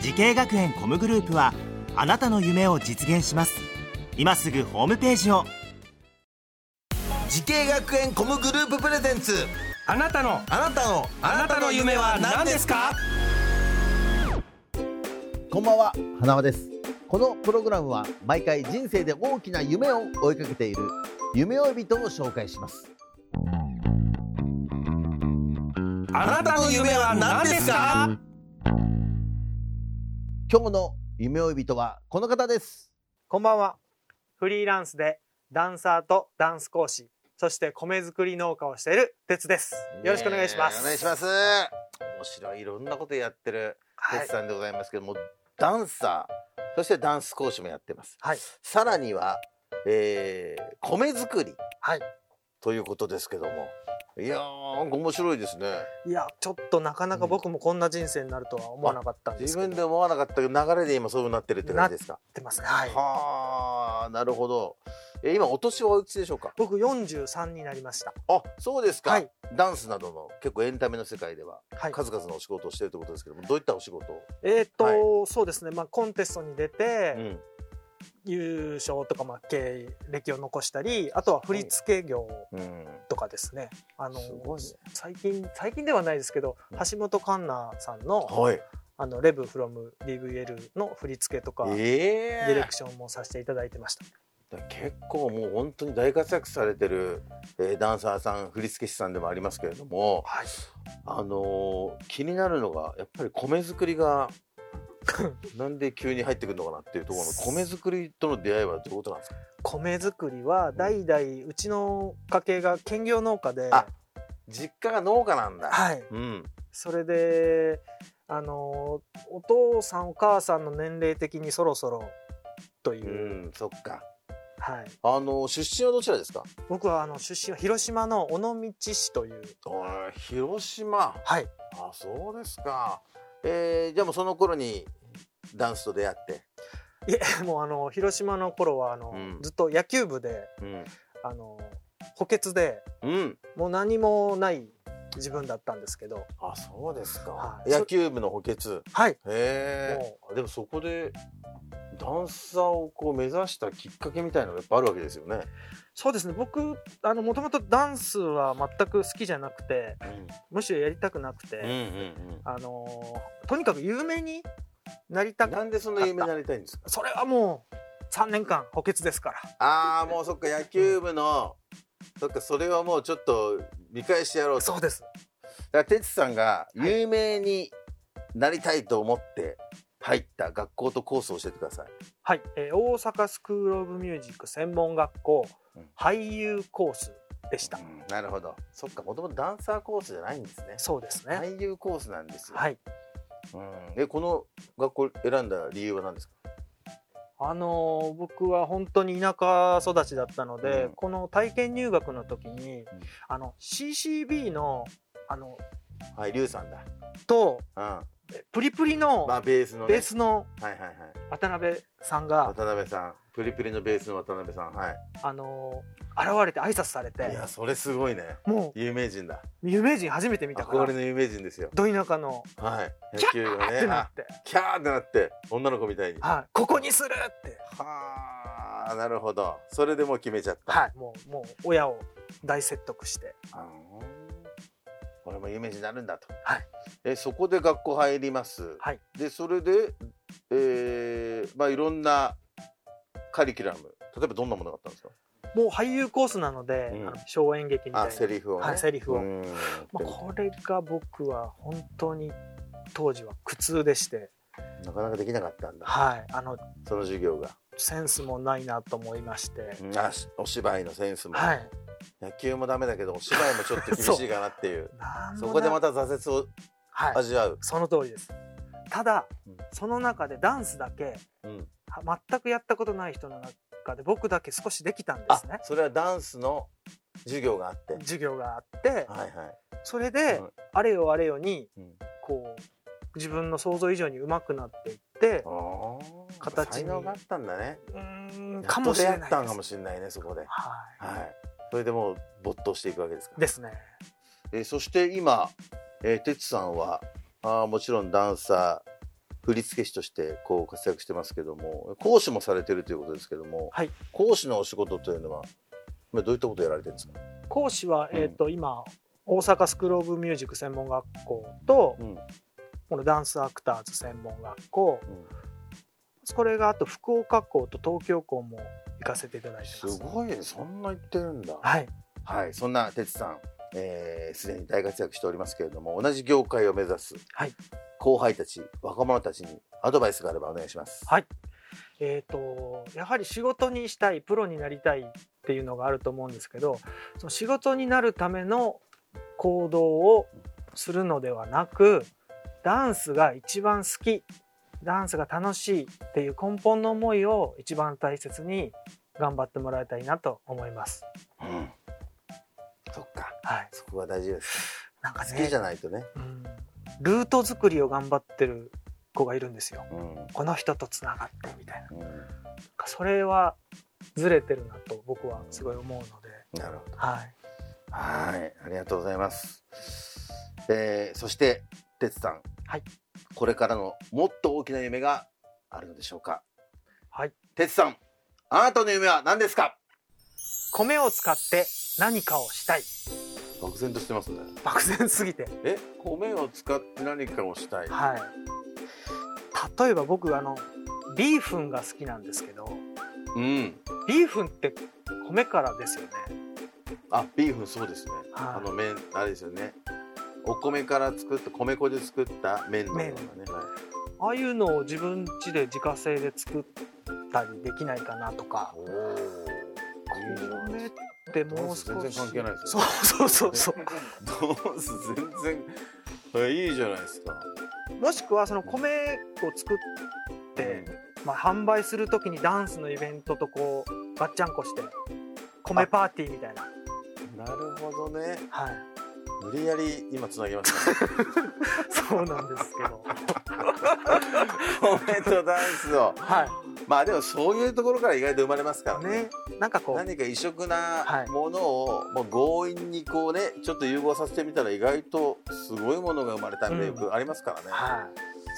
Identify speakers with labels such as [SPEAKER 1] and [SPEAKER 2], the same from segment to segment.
[SPEAKER 1] 時系学園コムグループはあなたの夢を実現します今すぐホームページを
[SPEAKER 2] 時系学園コムグループプレゼンツ
[SPEAKER 3] あなたの
[SPEAKER 2] あなたの
[SPEAKER 3] あなたの夢は何ですか
[SPEAKER 4] こんばんは、花輪です。このプログラムは毎回人生で大きな夢を追いかけている夢追い人を紹介します。
[SPEAKER 3] あなたの夢は何ですか
[SPEAKER 4] 今日の夢追い人はこの方です。
[SPEAKER 5] こんばんは。フリーランスでダンサーとダンス講師、そして米作り農家をしている哲です。よろしくお願いします。
[SPEAKER 2] お願いします。面白いいろんなことやってる
[SPEAKER 5] は
[SPEAKER 2] 哲
[SPEAKER 5] い。
[SPEAKER 2] さんでございますけども、ダンサーそしてダンス講師もやってます。
[SPEAKER 5] はい。
[SPEAKER 2] さらには、えー、米作り、
[SPEAKER 5] はい
[SPEAKER 2] ということですけども、いやーなんか面白いですね。
[SPEAKER 5] いや、ちょっとなかなか僕もこんな人生になるとは思わなかったんで
[SPEAKER 2] 自
[SPEAKER 5] すけど。
[SPEAKER 2] 分で思わなかったけど流れで今そういう風になってるって感じですか。
[SPEAKER 5] ってますね。はい。
[SPEAKER 2] はあ、なるほど。えー今お年はおいくつでしょうか。
[SPEAKER 5] 僕43になりました。
[SPEAKER 2] あ、そうですか、
[SPEAKER 5] はい
[SPEAKER 2] ダンスなどの結構エンタメの世界では
[SPEAKER 5] はい。
[SPEAKER 2] 数々のお仕事をしているということですけども、どういったお仕事を、
[SPEAKER 5] えっ、と、
[SPEAKER 2] は
[SPEAKER 5] そうですね。まあコンテストに出て、
[SPEAKER 2] うん
[SPEAKER 5] 優勝とかまあ経歴を残したり、あとは振付業
[SPEAKER 2] うん、
[SPEAKER 5] とかですね。あの
[SPEAKER 2] すごいね
[SPEAKER 5] 最近最近ではないですけど、
[SPEAKER 2] うん
[SPEAKER 5] 橋本環奈さんの
[SPEAKER 2] はい。
[SPEAKER 5] あのレブフロムリグイエルの振り付けとか、
[SPEAKER 2] え
[SPEAKER 5] ディレクションもさせていただいてました。
[SPEAKER 2] 結構もう本当に大活躍されてる、えーダンサーさん振付師さんでもありますけれども、
[SPEAKER 5] はい。
[SPEAKER 2] あのー気になるのがやっぱり米作り がなんで急に入ってくるのかなっていうところの米作りとの出会いはどういうことなんですか
[SPEAKER 5] 米作りは代々うちの家系が兼業農家で、
[SPEAKER 2] あ実家が農家なんだ、
[SPEAKER 5] はい。
[SPEAKER 2] うん
[SPEAKER 5] それであのお父さんお母さんの年齢的にそろそろというう、
[SPEAKER 2] んそっか
[SPEAKER 5] はい。
[SPEAKER 2] あのー出身はどちらですか
[SPEAKER 5] 僕はあの出身は広島の尾道市という、
[SPEAKER 2] あー広島
[SPEAKER 5] はい。
[SPEAKER 2] あそうですかえー、じゃあもうその頃にダンスと出会って、
[SPEAKER 5] いえもうあの広島の頃はあの、
[SPEAKER 2] うん
[SPEAKER 5] ずっと野球部で
[SPEAKER 2] うん
[SPEAKER 5] あの補欠で
[SPEAKER 2] うん、
[SPEAKER 5] もう何もない自分だったんですけど、
[SPEAKER 2] あそうですか、
[SPEAKER 5] はい
[SPEAKER 2] 野球部の補欠
[SPEAKER 5] はい。
[SPEAKER 2] へ
[SPEAKER 5] も
[SPEAKER 2] えでもそこでダンサーをこう目指したきっかけみたいなのがやっぱあるわけですよね、
[SPEAKER 5] そうですね僕あのもともとダンスは全く好きじゃなくてむしろやりたくなくて、
[SPEAKER 2] うんうん
[SPEAKER 5] あのーとにかく有名になりたく
[SPEAKER 2] なんでそんな有名になりたいんですか
[SPEAKER 5] それはもう3年間補欠ですから
[SPEAKER 2] ああもうそっか野球部の、そっかそれはもうちょっと見返してやろうと
[SPEAKER 5] そう
[SPEAKER 2] だか
[SPEAKER 5] です
[SPEAKER 2] ら哲さんが有名になりたいと思って入った学校とコースを教えてください
[SPEAKER 5] はい、えー大阪スクール・オブ・ミュージック専門学校
[SPEAKER 2] うん
[SPEAKER 5] 俳優コースでした、
[SPEAKER 2] うんなるほどそっかもともとダンサーコースじゃないんですね
[SPEAKER 5] そうですね
[SPEAKER 2] 俳優コースなんですよ、
[SPEAKER 5] はい
[SPEAKER 2] うん、でこの学校選んだ理由は何ですか
[SPEAKER 5] あのー僕は本当に田舎育ちだったので、
[SPEAKER 2] うん
[SPEAKER 5] この体験入学の時に、あの CCB のあの
[SPEAKER 2] はい、リュウさんだ。
[SPEAKER 5] と
[SPEAKER 2] う
[SPEAKER 5] プリプリの
[SPEAKER 2] ん。まあベースの、ね、
[SPEAKER 5] ベースの
[SPEAKER 2] はいはいはい。
[SPEAKER 5] 渡辺さんが、
[SPEAKER 2] 渡辺さん、プリプリのベースの渡辺さん、はい。
[SPEAKER 5] あのー現れて挨拶され
[SPEAKER 2] い
[SPEAKER 5] て
[SPEAKER 2] や、それすごいね。
[SPEAKER 5] も
[SPEAKER 2] 有名人だ。
[SPEAKER 5] う有名人初めて見たか
[SPEAKER 2] 憧
[SPEAKER 5] ら
[SPEAKER 2] れの有名人ですよ。
[SPEAKER 5] ど田舎の
[SPEAKER 2] はい。
[SPEAKER 5] キ
[SPEAKER 2] 野球
[SPEAKER 5] ャ
[SPEAKER 2] が
[SPEAKER 5] ーっ
[SPEAKER 2] ね
[SPEAKER 5] て、な
[SPEAKER 2] あ
[SPEAKER 5] って、
[SPEAKER 2] キャーってなって、女の子みたいに。は
[SPEAKER 5] はい、ここにするって、
[SPEAKER 2] あ、なるほど。それでもう決めちゃった。
[SPEAKER 5] はい、もうもう親を大説得して
[SPEAKER 2] あのー俺も有名人になるんだと。
[SPEAKER 5] はい。
[SPEAKER 2] え、そこで学校入ります。
[SPEAKER 5] はい。
[SPEAKER 2] で、それで、えー、まあいろんなカリキュラム、例えばどんなものがあったんですか。
[SPEAKER 5] もう俳優コースなので、
[SPEAKER 2] うん
[SPEAKER 5] あの小演劇みたい
[SPEAKER 2] あ、
[SPEAKER 5] な
[SPEAKER 2] セリフをね。
[SPEAKER 5] はい、セリフ
[SPEAKER 2] う
[SPEAKER 5] を、
[SPEAKER 2] ん
[SPEAKER 5] まあ、これが僕は本当に当時は苦痛でして、
[SPEAKER 2] なかなかできなかったんだ
[SPEAKER 5] はい、あの
[SPEAKER 2] その授業が、
[SPEAKER 5] センスもないなと思いまして、
[SPEAKER 2] あしお芝居のセンスも、
[SPEAKER 5] はい、
[SPEAKER 2] 野球もダメだけどお芝居も ちょっと厳しいかなっていう
[SPEAKER 5] なんも
[SPEAKER 2] そ
[SPEAKER 5] な
[SPEAKER 2] こでまた挫折を
[SPEAKER 5] はい、
[SPEAKER 2] 味わう、
[SPEAKER 5] その通りです。ただ
[SPEAKER 2] うん
[SPEAKER 5] その中でダンスだけ
[SPEAKER 2] うん
[SPEAKER 5] は全くやったことない人の中で僕だけ少しできたんで
[SPEAKER 2] あ
[SPEAKER 5] すね
[SPEAKER 2] それはダンスの授業があって
[SPEAKER 5] 授業があって
[SPEAKER 2] はいはい
[SPEAKER 5] それで
[SPEAKER 2] うん
[SPEAKER 5] あれよあれよに
[SPEAKER 2] うん
[SPEAKER 5] こう自分の想像以上に上手くなっていって
[SPEAKER 2] あー
[SPEAKER 5] 形に
[SPEAKER 2] 才能があったんだね
[SPEAKER 5] うーん
[SPEAKER 2] やっと
[SPEAKER 5] かもしれな
[SPEAKER 2] 出会
[SPEAKER 5] いで
[SPEAKER 2] っ
[SPEAKER 5] す
[SPEAKER 2] たんかもしれないねそこで
[SPEAKER 5] は
[SPEAKER 2] はいそれでもう没頭していくわけですか
[SPEAKER 5] いですね
[SPEAKER 2] えーそして今、えー、てつさんはあーもちろんダンサー振付師としてこう活躍してますけども講師もされてるということですけども、
[SPEAKER 5] はい
[SPEAKER 2] 講師のお仕事というのはまあどういったことをやられてるんですか、
[SPEAKER 5] 講師は、
[SPEAKER 2] うん
[SPEAKER 5] えー、と今大阪スクール・オブ・ミュージック専門学校と、
[SPEAKER 2] うん
[SPEAKER 5] このダンスアクターズ専門学校、これがあと福岡校と東京校も行かせていただいて
[SPEAKER 2] す
[SPEAKER 5] ます。
[SPEAKER 2] ごいねそんな言ってるんだ
[SPEAKER 5] はい、
[SPEAKER 2] はい、そんな哲さん、えーすでに大活躍しておりますけれども、同じ業界を目指す
[SPEAKER 5] はい
[SPEAKER 2] 後輩たち、若者たちにアドバイスがあればお願いします。
[SPEAKER 5] はいえー、とやはり仕事にしたいプロになりたいっていうのがあると思うんですけどその仕事になるための行動をするのではなくダンスが一番好きダンスが楽しいっていう根本の思いを一番大切に頑張ってもらいたいなと思います。
[SPEAKER 2] うんそっか、
[SPEAKER 5] はい、
[SPEAKER 2] そこが大事です。
[SPEAKER 5] なんか
[SPEAKER 2] 好き
[SPEAKER 5] ね
[SPEAKER 2] じゃないとね。
[SPEAKER 5] うんルート作りを頑張ってる子がいるんですよ。
[SPEAKER 2] うん、うん、
[SPEAKER 5] この人とつながってみたいな。それはずれてるなと僕はすごい思うので、
[SPEAKER 2] なるほど。
[SPEAKER 5] はい、
[SPEAKER 2] はい、ありがとうございます。えーそして哲さん、
[SPEAKER 5] はい
[SPEAKER 2] これからのもっと大きな夢があるのでしょうか。
[SPEAKER 5] はい、
[SPEAKER 2] 哲さん、あなたの夢は何ですか？
[SPEAKER 5] 米を使って何かをしたい
[SPEAKER 2] 漠然としてますね。
[SPEAKER 5] 漠然すぎて、
[SPEAKER 2] え米を使って何かをしたい
[SPEAKER 5] はい、例えば僕あのビーフンが好きなんですけど
[SPEAKER 2] うん
[SPEAKER 5] ビーフンって米からですよね
[SPEAKER 2] あビーフンそうですね、
[SPEAKER 5] はい
[SPEAKER 2] あの麺あれですよねお米から作った米粉で作った麺のようなね、はい
[SPEAKER 5] ああいうのを自分家で自家製で作ったりできないかなとか
[SPEAKER 2] おお
[SPEAKER 5] 米ってもう少し
[SPEAKER 2] ダンス全然関係ないです
[SPEAKER 5] そ
[SPEAKER 2] よ
[SPEAKER 5] うそうそうそう
[SPEAKER 2] どうす全然えいいじゃないですか
[SPEAKER 5] もしくはその米を作って、まあ、販売するときにダンスのイベントとこうガッチャンコして米パーティーみたいな、
[SPEAKER 2] なるほどね
[SPEAKER 5] はい、
[SPEAKER 2] 無理やり今つなげましたね
[SPEAKER 5] そうなんですけど、
[SPEAKER 2] 米とダンスを
[SPEAKER 5] は
[SPEAKER 2] まあでもそういうところから意外と生まれますから
[SPEAKER 5] い、
[SPEAKER 2] ね
[SPEAKER 5] ねなんかこう
[SPEAKER 2] 何か異色
[SPEAKER 5] は
[SPEAKER 2] ないものをもう強引にこうねちょっと融合させてみたら意外とすごいものが生まれた例
[SPEAKER 5] う
[SPEAKER 2] ありますからね、
[SPEAKER 5] はい、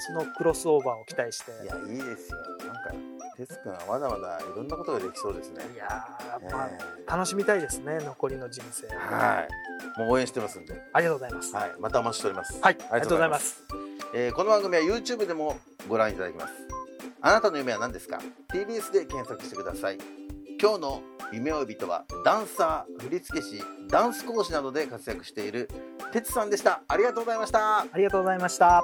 [SPEAKER 5] そのクロスオーバーを期待して
[SPEAKER 2] い、やいいですよなんか哲くんはまだまだいろんなことができそうですね
[SPEAKER 5] いやーま
[SPEAKER 2] え
[SPEAKER 5] あ、楽しみたいですね残りの人生
[SPEAKER 2] ーはいもう応援してますんで、
[SPEAKER 5] ありがとうございますはい、
[SPEAKER 2] はい、またお待ちしております
[SPEAKER 5] ありがとうございます
[SPEAKER 2] えーこの番組は YouTube でもご覧いただけますあなたの夢は何ですか TBS で検索してください今日の夢追い人はダンサー振付師ダンス講師などで活躍しているてつさんでしたありがとうございました
[SPEAKER 5] ありがとうございました